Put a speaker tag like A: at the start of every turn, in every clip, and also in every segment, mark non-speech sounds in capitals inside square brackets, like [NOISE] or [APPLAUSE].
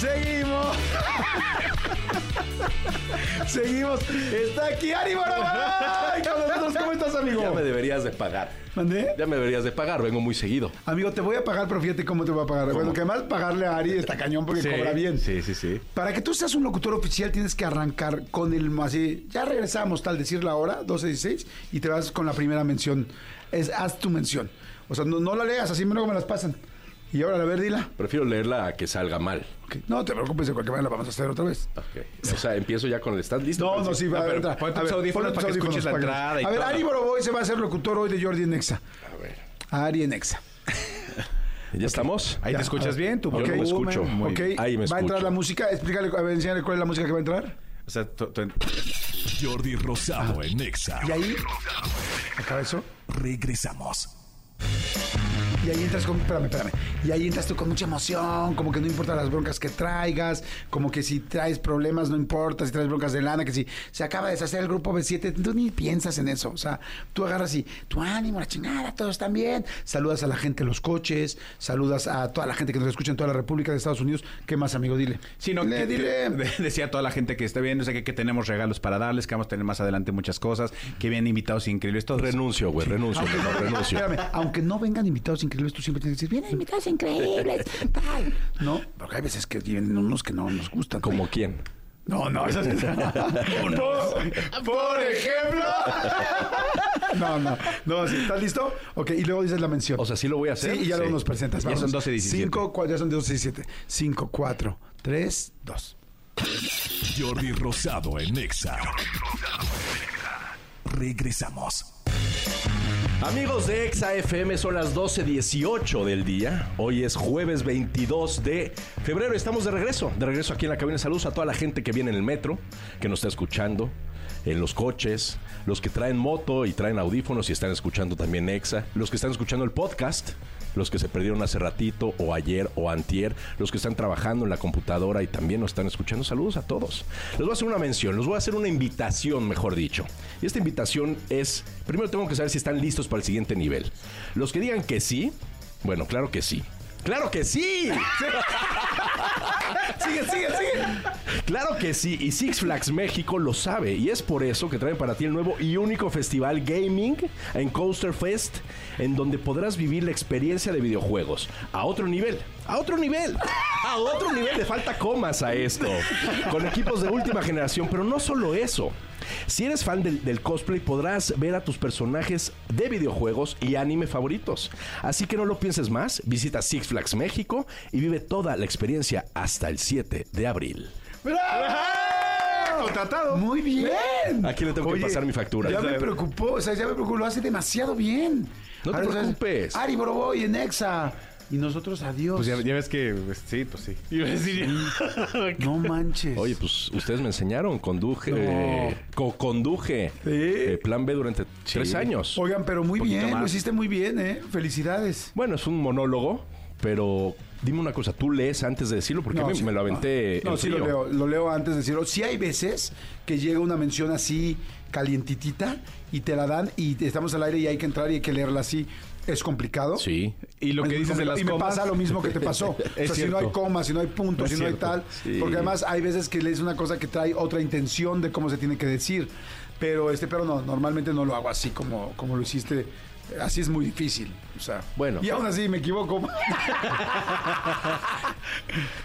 A: Seguimos. Seguimos. Está aquí Ari Barabaray con nosotros. ¿Cómo estás, amigo?
B: Ya me deberías de pagar.
A: ¿Mandé?
B: Ya me deberías de pagar, vengo muy seguido.
A: Amigo, te voy a pagar, pero fíjate cómo te voy a pagar. Bueno, que además pagarle a Ari está cañón porque cobra bien.
B: Sí, sí, sí.
A: Para que tú seas un locutor oficial tienes que arrancar con el así, ya regresamos tal decir la hora, 12.16, y te vas con la primera mención. Es, haz tu mención. O sea, no, no la leas, así luego me las pasan. Y ahora, a ver, dila.
B: Prefiero leerla a que salga mal.
A: Ok. No te preocupes, de cualquier manera la vamos a hacer otra vez.
B: O sea, empiezo ya con el stand listo.
A: No, no, sí, va a
C: Ah, pero
A: entrar.
C: pon tus
A: A ver,
C: audífonos
A: pon tus
C: para que
A: audífonos
C: escuches la
A: para que-
C: entrada y
A: A ver,
C: todo.
A: Ari Boroboy se va a hacer locutor hoy de Jordi Nexa.
B: A ver.
A: Ari Nexa.
B: ¿Ya estamos?
C: Ahí
A: Ya,
C: te
A: a
C: escuchas
A: ver.
C: bien, tu
A: Yo
B: no me
C: volumen,
B: escucho.
C: muy
A: ok,
C: bien.
B: bien. Ahí me
A: va a entrar
B: escucho.
A: la música. Explícale, a ver, enséñale cuál es la música que va a entrar.
C: O sea, tu- tu-
D: Jordi Rosado en Exa.
A: Y ahí. Acaba eso.
D: Regresamos.
A: Y ahí entras con. Espérame, espérame. Y ahí entras tú con mucha emoción, como que no importa las broncas que traigas, como que si traes problemas no importa, si traes broncas de lana, que si se acaba de deshacer el grupo B7, tú ni piensas en eso. O sea, tú agarras y tu ánimo, la chingada, todos están bien. Saludas a la gente en los coches, saludas a toda la gente que nos escucha en toda la República de Estados Unidos. ¿Qué más, amigo? Dile.
C: Sino
A: Dile,
C: que,
A: dile.
C: [LAUGHS] que- decía toda la gente que está viendo, o sea, que, que tenemos regalos para darles, que vamos a tener más adelante muchas cosas, que vienen invitados increíbles, todo. eso.
B: Renuncio, güey, renuncio,
A: Aunque [LAUGHS]
B: mejor,
A: no,
B: renuncio.
A: espérame, aunque no vengan invitados increíbles, tú siempre tienes que decir, vienen invitados
B: [LAUGHS]
A: increíbles, tal. No, porque hay veces que vienen unos que no nos gustan.
B: ¿Como quién?
A: No, no, eso
B: [LAUGHS]
A: es... [LAUGHS] por, por ejemplo. [LAUGHS] no, no, no, sí, ¿estás listo? Ok, y luego dices la mención.
B: O sea, sí lo voy a hacer.
A: Sí, y ya luego
B: Sí.
A: nos presentas.
C: Ya son 12 y 17.
A: 5, ya son 12 y 17. 5, 4, 3, 2.
D: Jordi Rosado en Exa. Regresamos.
B: Amigos de Exa FM, son las 12.18 del día. Hoy es jueves 22 de febrero. Estamos de regreso. De regreso aquí en la cabina. Saludos a toda la gente que viene en el metro, que nos está escuchando, en los coches, los que traen moto y traen audífonos y están escuchando también Exa, los que están escuchando el podcast, los que se perdieron hace ratito o ayer o antier, los que están trabajando en la computadora y también nos están escuchando. Saludos a todos. Les voy a hacer una mención, les voy a hacer una invitación, mejor dicho. Y esta invitación es, primero tengo que saber si están listos para el siguiente nivel. Los que digan que sí, bueno, claro que sí. Claro que sí.
A: Sigue, sigue, sigue.
B: Claro que sí, y Six Flags México lo sabe, y es por eso que traen para ti el nuevo y único festival gaming en Coaster Fest, en donde podrás vivir la experiencia de videojuegos a otro nivel, a otro nivel, a otro nivel, le falta comas a esto, con equipos de última generación, pero no solo eso. Si eres fan del, del cosplay podrás ver a tus personajes de videojuegos y anime favoritos. Así que no lo pienses más, visita Six Flags México y vive toda la experiencia hasta el 7 de abril.
A: ¡Bravo! Contratado. Muy bien.
B: Aquí le tengo que pasar mi factura.
A: Ya
B: Ya
A: me
B: sabes.
A: preocupó, o sea, ya me preocupó, lo hace demasiado bien.
B: No te
A: Ahora, entonces,
B: preocupes.
A: Ari Boroboy en Exa. Y nosotros adiós.
C: Pues ya, ya ves que, pues, sí, pues sí. Iba a decir,
A: [LAUGHS] No manches.
B: Oye, pues ustedes me enseñaron, conduje, eh, co- conduje eh, Plan B durante tres años.
A: Oigan, pero muy
C: Poquito
A: bien, lo
C: más.
A: hiciste muy bien, ¿eh? Felicidades.
B: Bueno, es un monólogo, pero dime una cosa, ¿tú lees antes de decirlo? Porque me,
A: sí,
B: me lo aventé
A: No,
B: en
A: sí lo
B: frío.
A: leo, lo leo antes de decirlo. Sí hay veces que llega una mención así calientitita y te la dan y te- estamos al aire y hay que entrar y hay que leerla así. Es complicado.
B: Sí.
C: Y lo
A: Es
C: que
A: muy
C: dices de
A: complicado.
C: las
A: y me
C: comas.
A: pasa Pues lo mismo que te
C: [LAUGHS]
A: pasó. o sea,
C: Es
A: si no
C: cierto.
A: hay comas, si no hay puntos,
C: Es
A: si no
C: cierto.
A: hay tal.
B: Sí.
A: Porque además hay veces que lees una cosa que trae otra intención de cómo se tiene que decir. Pero este, pero no, normalmente no lo hago así como, como lo hiciste. Así es muy difícil. O sea,
B: Bueno.
A: Y aún así me
B: [LAUGHS]
A: equivoco.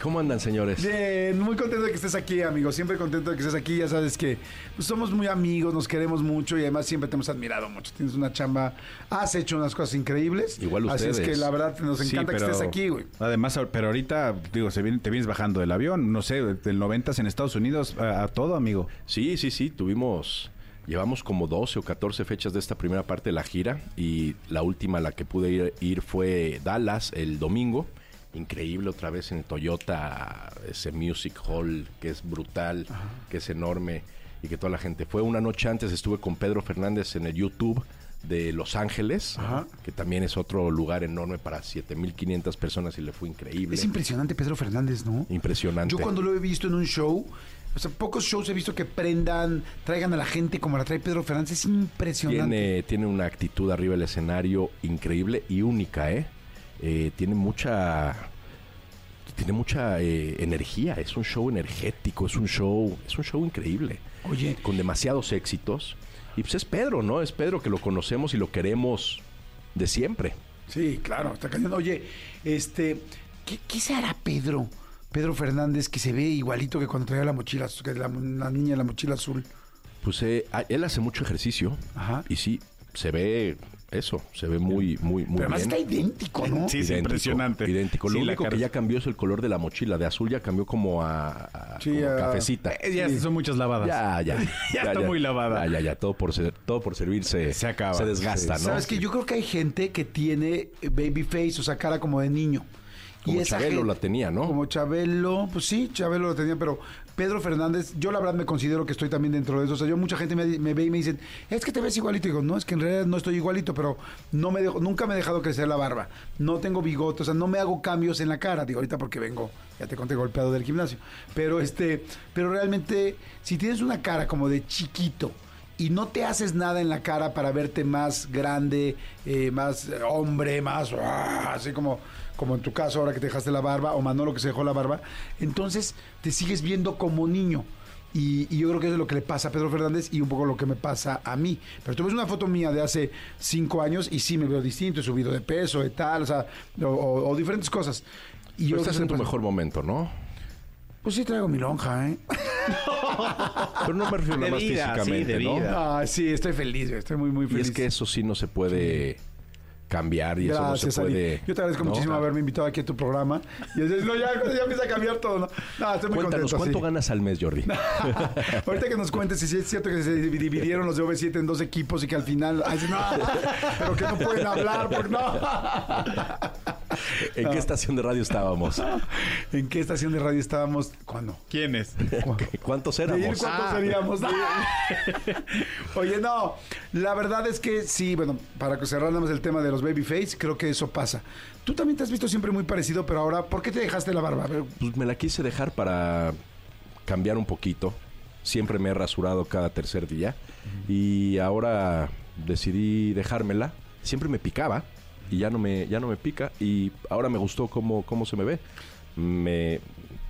B: ¿Cómo andan, señores?
A: Bien, muy contento de que estés aquí, amigo. Siempre contento de que estés aquí. Ya sabes que pues, somos muy amigos, nos queremos mucho y además siempre te hemos admirado mucho. Tienes una chamba, has hecho unas cosas increíbles.
B: Igual
A: Así es
B: ustedes.
A: que la verdad nos
C: Sí,
A: encanta que
C: pero-
A: estés aquí, güey.
C: Además, ahor- pero ahorita, digo, se viene- te vienes bajando del avión, no sé, del 90 en Estados Unidos a, a todo, amigo.
B: Sí, sí, sí, tuvimos... Llevamos como 12 o 14 fechas de esta primera parte de la gira y la última a la que pude ir, ir fue Dallas el domingo. Increíble otra vez en el Toyota, ese Music Hall que es brutal, que es enorme y que toda la gente fue. Una noche antes estuve con Pedro Fernández en el YouTube de Los Ángeles,
A: Ajá.
B: que también es otro lugar enorme para 7.500 personas y le fue increíble.
A: Es impresionante Pedro Fernández, ¿no?
B: Impresionante.
A: Yo cuando lo he visto en un show, O sea, pocos shows he visto que prendan, traigan a la gente como la trae Pedro Fernández. Es impresionante.
B: Tiene, tiene una actitud arriba del escenario increíble y única, ¿eh? Eh, tiene mucha. Tiene mucha eh, energía, es un show energético, es un show, es un show increíble.
A: Oye.
B: Con demasiados éxitos. Y pues es Pedro, ¿no? Es Pedro que lo conocemos y lo queremos de siempre.
A: Sí, claro, está cañón. Oye, este, ¿qué, qué se hará Pedro? Pedro Fernández, que se ve igualito que cuando traía la mochila, azul, que la, la niña de la mochila azul.
B: Pues eh, a- él hace mucho ejercicio.
A: Ajá.
B: Y sí, se ve eso, se ve muy, muy, muy
A: Pero además
B: bien.
A: está idéntico, ¿no?
C: Sí, es impresionante.
B: Idéntico. Lo
C: Sí, la
B: único que
C: cara-
B: ya cambió es el color de la mochila. De azul ya cambió como a, a-
A: Sí,
B: como
A: a-
B: cafecita.
C: Eh, ya son muchas lavadas.
B: Ya, ya.
C: [LAUGHS] está muy lavada.
B: Ya, ya, ya. Todo por, ser, todo por servirse.
C: Se acaba.
B: Se desgasta, ah, ¿no?
A: Sabes que yo creo que hay gente que tiene baby face, o sea, cara como de niño.
B: Como Chabelo la tenía, ¿no?
A: Como Chabelo, pues sí, Chabelo lo tenía, pero Pedro Fernández, yo la verdad me considero que estoy también dentro de eso. O sea, yo mucha gente me, me ve y me dicen, es que te ves igualito. Y digo, no, es que en realidad no estoy igualito, pero no me dejo, nunca me he dejado crecer la barba. No tengo bigote, o sea, no me hago cambios en la cara. Digo, ahorita porque vengo, ya te conté, golpeado del gimnasio. Pero este, pero realmente, si tienes una cara como de chiquito, y no te haces nada en la cara para verte más grande, eh, más eh, hombre, más ¡ah! así como, como en tu caso ahora que te dejaste la barba o Manolo que se dejó la barba, entonces te sigues viendo como niño. Y, y yo creo que eso es lo que le pasa a Pedro Fernández y un poco lo que me pasa a mí. Pero tú ves una foto mía de hace cinco años y sí me veo distinto, he subido de peso, de tal, o sea, o, o- o diferentes cosas. Y yo
B: Pero
A: creo que
B: estás
A: eso le
B: en tu
A: pasa.
B: mejor momento, ¿no?
A: Pues sí traigo mi lonja,
B: [LAUGHS]
A: ¿eh?
B: Pero no me refiero nada
C: [LAUGHS] De
B: más
C: vida, sí,
B: físicamente,
C: de
B: ¿no?
C: vida.
A: Ah, sí, estoy feliz, estoy muy, muy
B: Y
A: feliz.
B: es que eso sí no se puede cambiar y
A: Gracias,
B: eso no se
A: Ari.
B: puede.
A: Yo te agradezco
B: ¿no?
A: muchísimo haberme invitado aquí a tu programa. Y dices, no, ya, ya empieza a cambiar todo. No, No, estoy muy
B: Cuéntanos,
A: contento.
B: ¿cuánto
A: sí.
B: ganas al mes,
A: [LAUGHS]
B: Jordi?
A: Ahorita que nos cuentes si sí es cierto que se dividieron los de OV7 en dos equipos y que al final. ay, sí, no, [LAUGHS] pero que no pueden hablar, porque no.
B: ¿En
A: Ah.
B: qué estación de radio estábamos?
A: [LAUGHS] [LAUGHS] ¿En qué estación de radio estábamos? ¿Cuándo? [LAUGHS]
C: ¿Quién es?
B: ¿Cuántos
A: De ir
B: éramos?
A: cuántos
B: [LAUGHS]
A: seríamos. [LAUGHS] Oye, no, la verdad es que sí, bueno, para cerrar nada más el tema de los babyface, creo que eso pasa. Tú también te has visto siempre muy parecido, pero ahora, ¿por qué te dejaste la barba? A ver,
B: Pues me la quise dejar para cambiar un poquito. Siempre me he rasurado cada tercer día. Y ahora decidí dejármela. Siempre me picaba y ya no me, ya no me pica. Y ahora me gustó cómo, cómo se me ve. Me,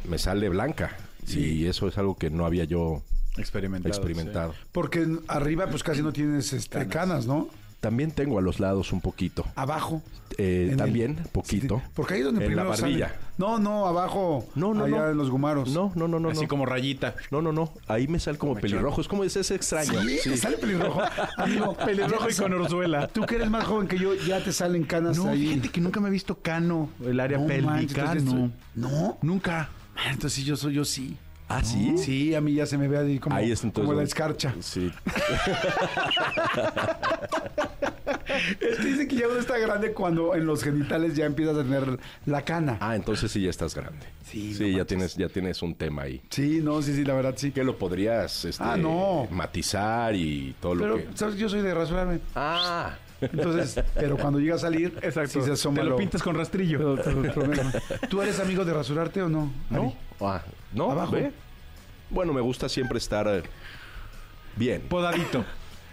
B: me sale blanca. Y eso es algo que no había yo
C: Experimentado.
B: experimentado.
A: Porque arriba pues casi no tienes este, canas, ¿no?
B: También tengo a los lados un poquito.
A: Abajo.
B: Eh,
A: en el-
B: también, poquito.
A: Sí, Porque ahí es donde
B: En
A: primero
B: la
A: sale.
B: barbilla.
A: No, no, abajo.
B: No, no,
A: allá
B: no.
A: en los gumaros.
B: No, no, no, no.
C: Así
B: no.
C: como rayita.
B: No, no, no. Ahí me sale como pelirrojo. Es como es, es extraño.
A: ¿Sí? ¿Te sale
B: [LAUGHS]
A: pelirrojo? Amigo,
C: Pelirrojo y con orzuela.
A: Tú que eres más joven que yo, ya te salen canas
C: No,
A: ahí.
C: fíjate que nunca me he visto cano, el área
A: No manches,
C: pélvica,
A: entonces
C: no.
A: estoy- no.
C: Nunca.
A: Man, Entonces sí, yo soy yo sí.
B: ¿Ah, sí?
A: Sí, a mí ya se me ve ahí como,
B: Ahí es entonces.
A: como la escarcha.
B: Sí.
A: Es que dicen que ya uno está grande cuando en los genitales ya empiezas a tener la cana.
B: Ah, entonces sí ya estás grande.
A: Sí,
B: Sí, ya tienes, ya tienes un tema ahí.
A: Sí, no, sí, sí, la verdad sí.
B: Que lo podrías este,
A: Ah, no.
B: matizar y todo
A: Pero,
B: lo que.
A: ¿sabes? Yo soy de rasurarme.
B: Ah. [LAUGHS]
A: Entonces, pero cuando llega a salir, sí se asoma
C: Te lo pintas con
A: pero-
C: rastrillo.
A: pero- pero- ¿Tú eres amigo de rasurarte o no? Ari?
B: ¿No? Ah, ¿no?
A: Abajo.
B: ¿Ve? Bueno, me gusta siempre estar eh, bien.
C: [LAUGHS] Podadito.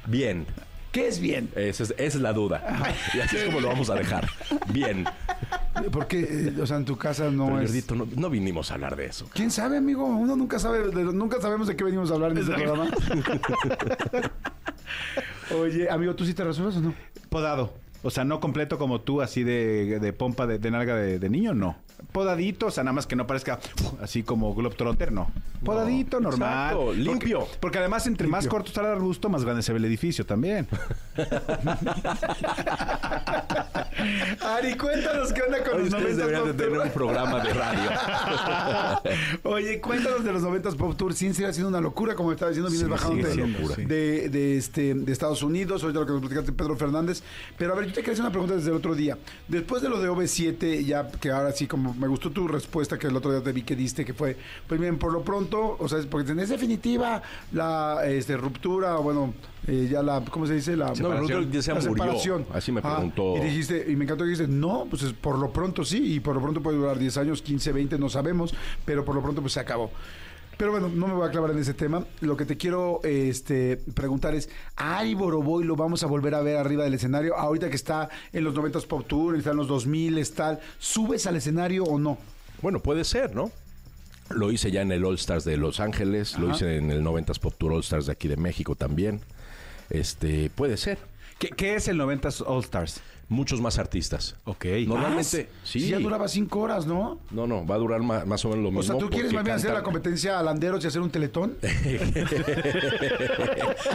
B: Bien.
A: ¿Qué es bien?
B: Esa es, esa es la
A: [LAUGHS]
B: duda. Y así es como lo vamos a dejar. Bien.
A: Porque, eh, o sea, en tu casa no
B: Pero,
A: es.
B: Gordito, no, no vinimos a hablar de eso.
A: ¿Quién sabe, amigo? Uno nunca sabe, de- nunca sabemos de qué venimos a hablar en este programa. [LAUGHS] Oye, amigo, ¿tú sí te rasuras o no?
C: Podado. O sea, no completo como tú, así de, de pompa de, de nalga de, de niño, no. Podadito, o sea, nada más que no parezca uf, así como Globetrotter, no. Podadito, normal.
B: Exacto, limpio.
C: Porque, porque además, entre más corto está el arbusto, más grande se ve el edificio
B: [LAUGHS]
C: también.
A: Ari, cuéntanos qué onda con
B: Oye,
A: los
B: ustedes
A: 90
B: deberían de
A: Pop
B: tener un
A: Tour.
B: programa de radio.
A: [LAUGHS] Oye, cuéntanos de los 90 Pop Tour. Sin sigue siendo una locura, como estaba diciendo, vienes
B: Sí,
A: bajando
B: sigue
A: de,
B: siendo locura.
A: de- de, este, de Estados Unidos. Ahorita lo que nos platicaste, Pedro Fernández. Pero a ver, yo te quería hacer una pregunta desde el otro día. Después de lo de OV7, ya que ahora sí, como me gustó tu respuesta que el otro día te vi que diste, que fue, pues miren, por lo pronto, o sea, es porque es definitiva la este, ruptura, o bueno, eh, ya la, ¿cómo se dice? La
B: No, me preguntó que se
A: la
B: murió.
A: separación.
B: Así me
A: Ah,
B: preguntó.
A: y dijiste, y me encantó que dijiste, no, pues es por lo pronto sí, y por lo pronto puede durar 10 años, 15, 20, no sabemos, pero por lo pronto pues se acabó. Pero bueno, no me voy a clavar en ese tema. Lo que te quiero este, preguntar es, ¿Ari Boroboy lo vamos a volver a ver arriba del escenario? Ahorita que está en los 90s Pop Tour, está en los 2000, tal, ¿subes al escenario o no?
B: Bueno, puede ser, ¿no? Lo hice ya en el All Stars de Los Ángeles, lo hice en el 90s Pop Tour All Stars de aquí de México también. Este, puede ser.
C: ¿Qué, qué es el 90s All Stars?
B: Muchos más artistas.
C: Ok.
B: Normalmente, sí.
A: Ah, Ya duraba cinco horas, ¿no?
B: No, no, va a durar ma- más, o menos lo mismo.
A: O sea, ¿tú quieres
B: porque
A: más bien hacer la
B: cantar-
A: competencia a Landeros y hacer un
B: [LAUGHS]
A: teletón?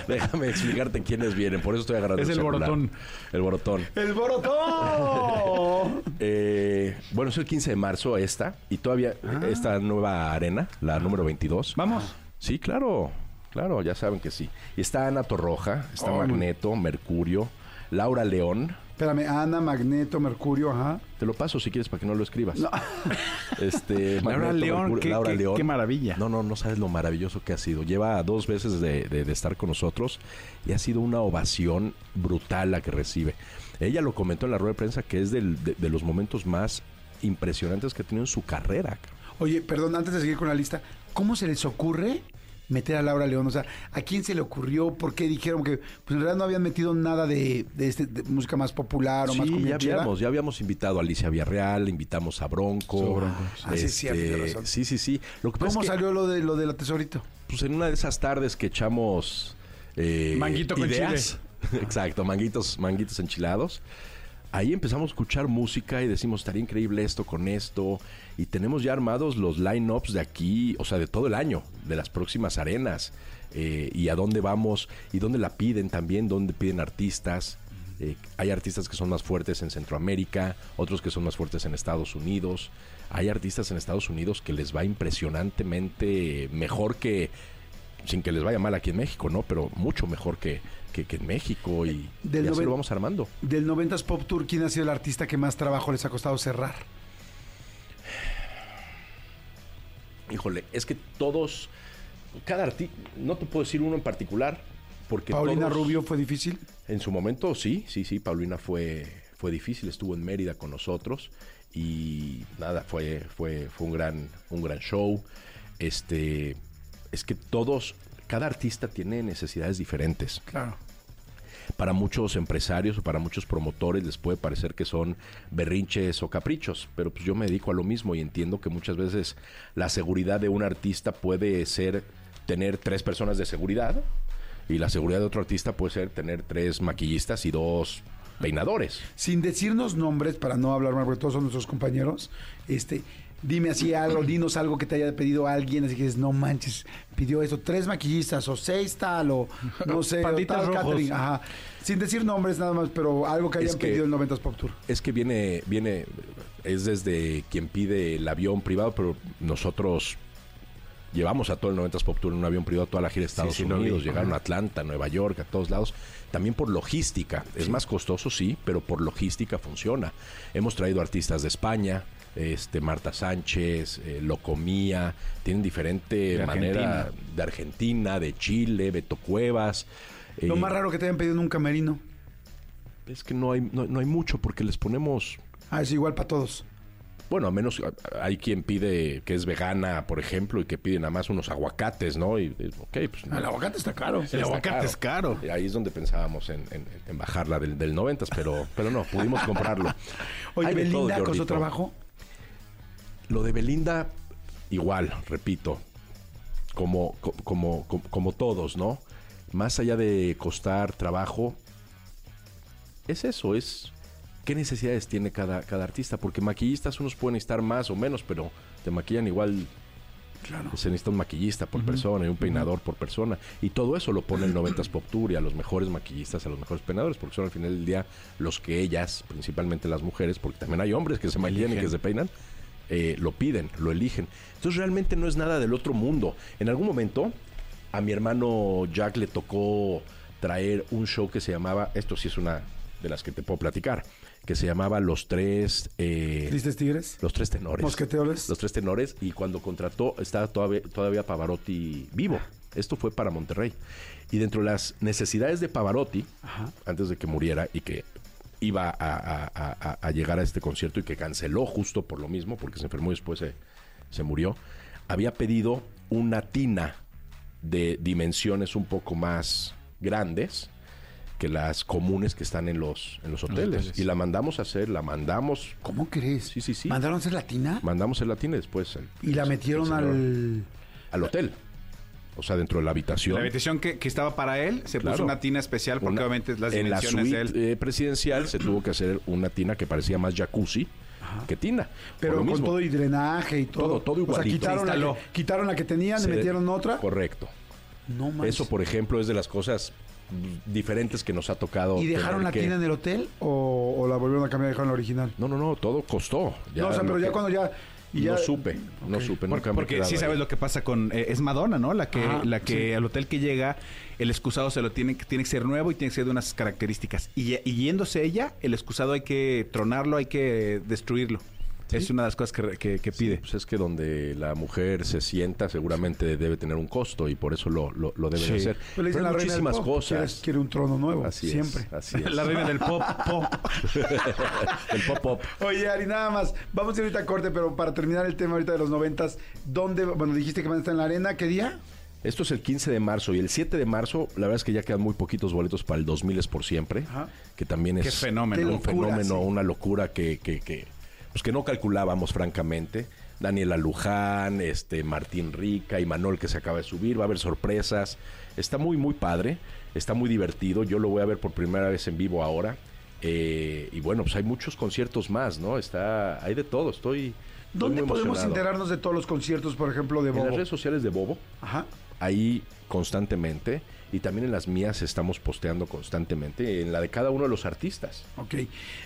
B: Déjame explicarte quiénes vienen, por eso estoy agarrando
C: Es el
B: celular.
C: Borotón.
B: El Borotón.
A: ¡El
B: [LAUGHS]
A: Borotón!
B: Eh, bueno, es el 15 de marzo esta, y todavía
A: Ah.
B: esta nueva arena, la número 22.
C: Vamos.
B: Sí, claro, claro, ya saben que sí. Y está Ana Torroja, está
A: Oh.
B: Magneto, Mercurio, Laura León.
A: Espérame, Ana, Magneto, Mercurio, ajá.
B: Te lo paso si quieres para que no lo escribas. [LAUGHS] Este,
C: Laura León, qué- qué- qué maravilla.
B: No, no, no sabes lo maravilloso que ha sido. Lleva dos veces de, de- de estar con nosotros y ha sido una ovación brutal la que recibe. Ella lo comentó en la rueda de prensa que es del- de, de los momentos más impresionantes que ha tenido en su carrera.
A: Oye, perdón, antes de seguir con la lista, ¿cómo se les ocurre meter a Laura León? O sea, ¿a quién se le ocurrió? ¿Por qué dijeron que pues, en realidad no habían metido nada de, de este, de música más popular o más
B: Sí, ya
A: cumbiachera?
B: habíamos, ya habíamos invitado a Alicia Villarreal, invitamos a Bronco. Este,
C: Sí, Bronco,
A: sí. Ah, sí, es cierto, tienes razón.
B: sí, sí, sí. Lo que pasa
A: ¿Cómo
B: es que,
A: salió lo de lo de la tesorito?
B: pues, en una de esas tardes que echamos eh,
C: Manguito con
B: ideas. [LAUGHS] Exacto, manguitos, manguitos enchilados. Ahí empezamos a escuchar música y decimos, estaría increíble esto con esto. Y tenemos ya armados los line-ups de aquí, o sea, de todo el año, de las próximas arenas. eh, y a dónde vamos, y dónde la piden también, dónde piden artistas. Eh, hay artistas que son más fuertes en Centroamérica, otros que son más fuertes en Estados Unidos. Hay artistas en Estados Unidos que les va impresionantemente mejor que, sin que les vaya mal aquí en México, ¿no? Pero mucho mejor que, que- que en México y,
A: Del
B: y así
A: noven-
B: lo vamos armando.
A: Del 90s Pop Tour, ¿quién ha sido el artista que más trabajo les ha costado cerrar?
B: Híjole, es que todos, cada artista, no te puedo decir uno en particular, porque
A: Paulina
B: todos-
A: Rubio fue difícil.
B: En su momento, sí, sí, sí, Paulina fue, fue difícil, estuvo en Mérida con nosotros y nada, fue, fue, fue un, gran, un gran show. Este, es que todos, cada artista tiene necesidades diferentes.
A: Claro.
B: para muchos empresarios o para muchos promotores les puede parecer que son berrinches o caprichos, pero pues yo me dedico a lo mismo y entiendo que muchas veces la seguridad de un artista puede ser tener tres personas de seguridad y la seguridad de otro artista puede ser tener tres maquillistas y dos peinadores.
A: Sin decirnos nombres, para no hablar mal, porque todos son nuestros compañeros, este, dime así
B: [CLEARS THROAT]
A: algo, dinos algo que te haya pedido alguien, así que dices, no manches, pidió esto, tres maquillistas, o seis tal, o no
B: [LAUGHS]
A: sé, o
C: Patitas
A: tal
C: rojos.
A: catering, ajá. Sin decir nombres nada más, pero algo que
B: Es
A: hayan
B: que-
A: pedido el 90s Pop Tour.
B: Es que viene, viene, es desde quien pide el avión privado, pero nosotros llevamos a todo el 90s Pop Tour en un avión privado, toda la gira de Estados
C: sí, lo vi.
B: Unidos, llegaron a Atlanta, Nueva York, a todos lados, también por logística. Es más costoso, sí, pero por logística funciona. Hemos traído artistas de España, este Marta Sánchez, eh, Locomía, tienen diferente
C: De
B: manera
C: Argentina.
B: de Argentina, de Chile, Beto Cuevas.
A: Lo
B: eh,
A: más raro que te hayan pedido en un camerino.
B: es que no hay, no- no hay mucho porque les ponemos
A: Ah, es igual para todos.
B: Bueno, a menos a- hay quien pide que es vegana, por ejemplo, y que pide nada más unos aguacates, ¿no? Y, y, ok, pues. no.
A: Ah, aguacate está caro.
B: Sí,
C: el
B: está
C: aguacate es caro.
B: Y ahí es donde pensábamos en, en- en bajarla del, del 90, pero, pero no, pudimos comprarlo.
A: Oye,
B: Hay de todo,
A: Belinda, ¿costó
B: Jordito.
A: trabajo?
B: Lo de Belinda, igual, repito, como, co- como, como, como todos, ¿no? Más allá de costar trabajo, es eso, es qué necesidades tiene cada, cada artista, porque maquillistas unos pueden estar más o menos, pero te maquillan igual. Claro. pues, Se necesita un maquillista por persona y un peinador por persona. Y todo eso lo pone el 90s Pop Tour y a los mejores maquillistas, a los mejores peinadores, porque son al final del día los que ellas, principalmente las mujeres, porque también hay hombres que se maquillan y que se peinan, eh, lo piden, lo eligen. Entonces realmente no es nada del otro mundo. En algún momento a mi hermano Jack le tocó traer un show que se llamaba, esto sí es una de las que te puedo platicar, que se llamaba Los Tres... eh,
A: ¿Tristes Tigres?
B: los tres tenores.
A: Mosqueteores.
B: Los tres tenores. Y cuando contrató, estaba todavía, todavía Pavarotti vivo. Esto fue para Monterrey. Y dentro de las necesidades de Pavarotti, antes de que muriera y que iba a, a- a- a- a llegar a este concierto y que canceló justo por lo mismo, porque se enfermó y después se, se murió, había pedido una tina de dimensiones un poco más grandes que las comunes que están en los, en los hoteles.
C: hoteles.
B: Y la mandamos a hacer, la mandamos,
A: ¿Cómo crees?
B: Sí, sí, sí.
A: ¿Mandaron a hacer latina?
B: mandamos el latín y después el-
A: Y la
B: el- el
A: metieron
B: señor-
A: al.
B: al hotel. O sea, dentro de la habitación.
C: La habitación que, que estaba para él se
B: Claro.
C: puso una tina especial porque
B: Una-
C: obviamente las
B: en la
C: dimensiones
B: suite
C: de él.
B: eh, presidencial se tuvo que hacer una tina que parecía más jacuzzi que tina. Por lo
A: Pero con
B: mismo,
A: todo y drenaje y todo.
B: Todo, todo
A: O sea,
B: igualito.
A: quitaron,
B: Se
A: la que,
B: instaló.
A: quitaron la que tenían,
B: se-
A: le metieron otra.
B: Correcto.
A: No más.
B: Eso, por ejemplo, es de las cosas mm, diferentes que nos ha tocado.
A: ¿Y dejaron la
B: tener que-
A: tina en el hotel o, o la volvieron a cambiar y dejaron la original?
B: No, no, no, todo costó.
A: no, o sea,
B: lo
A: pero ya
B: que-
A: cuando ya. y ya-
B: No supe, no supe.
C: Por-
B: nunca me he
C: porque
B: quedado
C: sí
B: ahí.
C: sabes lo que pasa con... eh, es Madonna, ¿no? La que,
A: Ajá,
C: la que
A: sí.
C: al hotel que llega, el excusado se lo tiene, que- tiene que ser nuevo y tiene que ser de unas características. Y, y yéndose ella, el excusado hay que tronarlo, hay que destruirlo. Es una de las cosas que, re- que- que pide.
B: Pues es que donde la mujer se sienta seguramente debe tener un costo y por eso lo, lo, lo debe
C: Sí.
B: de hacer.
A: Pero pues le dicen
B: Pero hay
A: la reina del
B: muchísimas
A: pop, quieres-
B: cosas.
A: Quiere un trono nuevo,
B: Así es,
A: siempre.
C: [LAUGHS]
B: así
A: [LAUGHS]
B: es. [LAUGHS]
C: La reina del pop, pop.
B: El pop-up.
A: Oye, Ari, nada más. Vamos a ir ahorita a corte, pero para terminar el tema ahorita de los noventas, ¿dónde? Bueno, dijiste que van a estar en la arena, ¿qué día?
B: Esto es el 15 de marzo y el 7 de marzo, la verdad es que ya quedan muy poquitos boletos para el 2000 es por siempre,
A: Ajá.
B: que también es
C: Qué fenómeno.
B: un
A: Qué locura,
B: fenómeno,
A: sí.
B: una locura que, que, que, pues que no calculábamos francamente. Daniela Luján, este Martín Rica y Manol que se acaba de subir, va a haber sorpresas. Está muy muy padre, está muy divertido. Yo lo voy a ver por primera vez en vivo ahora. Eh, y bueno, pues hay muchos conciertos más, ¿no? Está hay de todo. Estoy estoy
A: ¿Dónde
B: muy
A: podemos
B: emocionado.
A: enterarnos de todos los conciertos, por ejemplo, de
B: En las
A: Bobo?
B: redes sociales de Bobo
A: Ajá.
B: ahí constantemente y también en las mías estamos posteando constantemente en la de cada uno de los artistas.
A: Ok.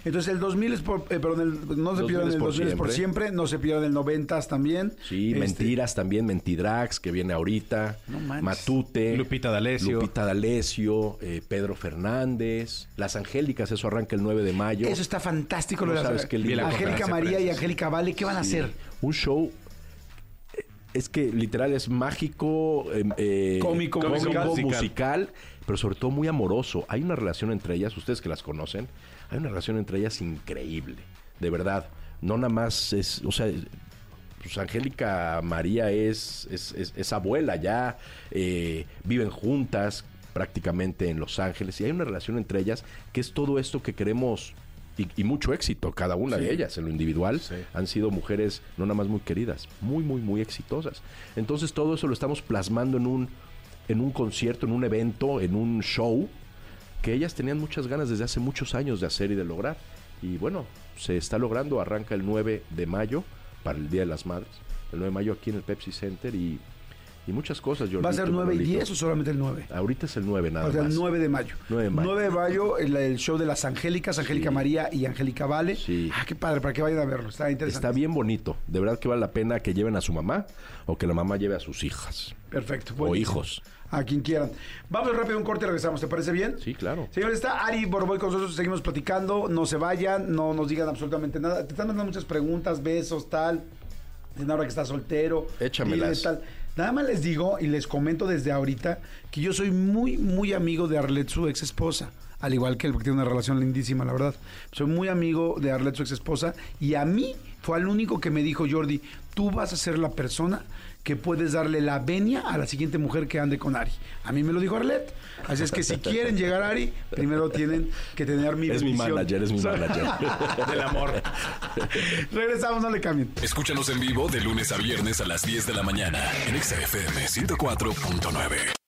A: Entonces el 2000 es por... eh, perdón, el- no se pierdan
B: 2000 es
A: el
B: por
A: 2000 es por siempre, no se pierdan el 90 también.
B: Sí,
A: Este,
B: mentiras también, Mentidrax que viene ahorita,
A: No manches.
B: Matute,
C: Lupita D'Alessio.
B: Lupita D'Alessio, eh, Pedro Fernández, Las Angélicas, eso arranca el 9 de mayo.
A: Eso está fantástico lo
B: No
A: de
B: sabes
A: las...
B: qué lindo.
A: Angélica
C: Conferencia de
A: María y
C: prensa.
A: Angélica Vale, ¿qué van a
B: Sí.
A: hacer?
B: Un show eh, es que literal es mágico, eh, eh,
A: Cómico, musical.
B: musical, pero sobre todo muy amoroso. Hay una relación entre ellas, ustedes que las conocen, hay una relación entre ellas increíble, de verdad. No nada más es, o sea, pues Angélica María es, es, es- es abuela ya, eh, viven juntas prácticamente en Los Ángeles y hay una relación entre ellas que es todo esto que queremos y, y mucho éxito, cada una de ellas en lo individual han sido mujeres no nada más muy queridas, muy, muy, muy exitosas. Entonces todo eso lo estamos plasmando en un, en un concierto, en un evento, en un show que ellas tenían muchas ganas desde hace muchos años de hacer y de lograr. Y bueno, se está logrando, arranca el 9 de mayo para el Día de las Madres, el 9 de mayo aquí en el Pepsi Center y, y muchas cosas.
A: ¿Va a ser
B: Yolito,
A: 9 y
B: Manolito.
A: 10 o solamente el 9?
B: Ahorita es el 9 nada
A: O sea,
B: más.
A: el 9 de mayo.
B: 9 de mayo.
A: 9 de mayo, el, el show de las Angélicas, Angélica María y Angélica Vale.
B: Sí.
A: Ah, qué padre, para que vayan a verlo. Está interesante.
B: Está bien bonito, de verdad que vale la pena que lleven a su mamá o que la mamá lleve a sus hijas.
A: Perfecto.
B: O
A: buenísimo.
B: hijos.
A: A quien quieran. Vamos rápido, un corte y regresamos. ¿Te parece bien?
B: Sí, claro.
A: Señores, está Ari Borboy con nosotros. Seguimos platicando. No se vayan, no nos digan absolutamente nada. Te están mandando muchas preguntas, besos, tal. En ahora que estás soltero.
B: Échamelas.
A: dile tal. Nada más les digo y les comento desde ahorita que yo soy muy, muy amigo de Arlette, su ex esposa. Al igual que él, porque tiene una relación lindísima, la verdad. Soy muy amigo de Arlette, su ex esposa. Y a mí fue al único que me dijo, Jordi, tú vas a ser la persona que puedes darle la venia a la siguiente mujer que ande con Ari. A mí me lo dijo Arlette. Así es que si quieren llegar a Ari, primero tienen que tener mi
B: Es mi
A: bendición. [LAUGHS]
B: manager, es mi manager.
C: Del amor.
A: Regresamos, no le cambien.
D: Escúchanos en vivo de lunes a viernes a las 10 de la mañana en Exa FM 104.9.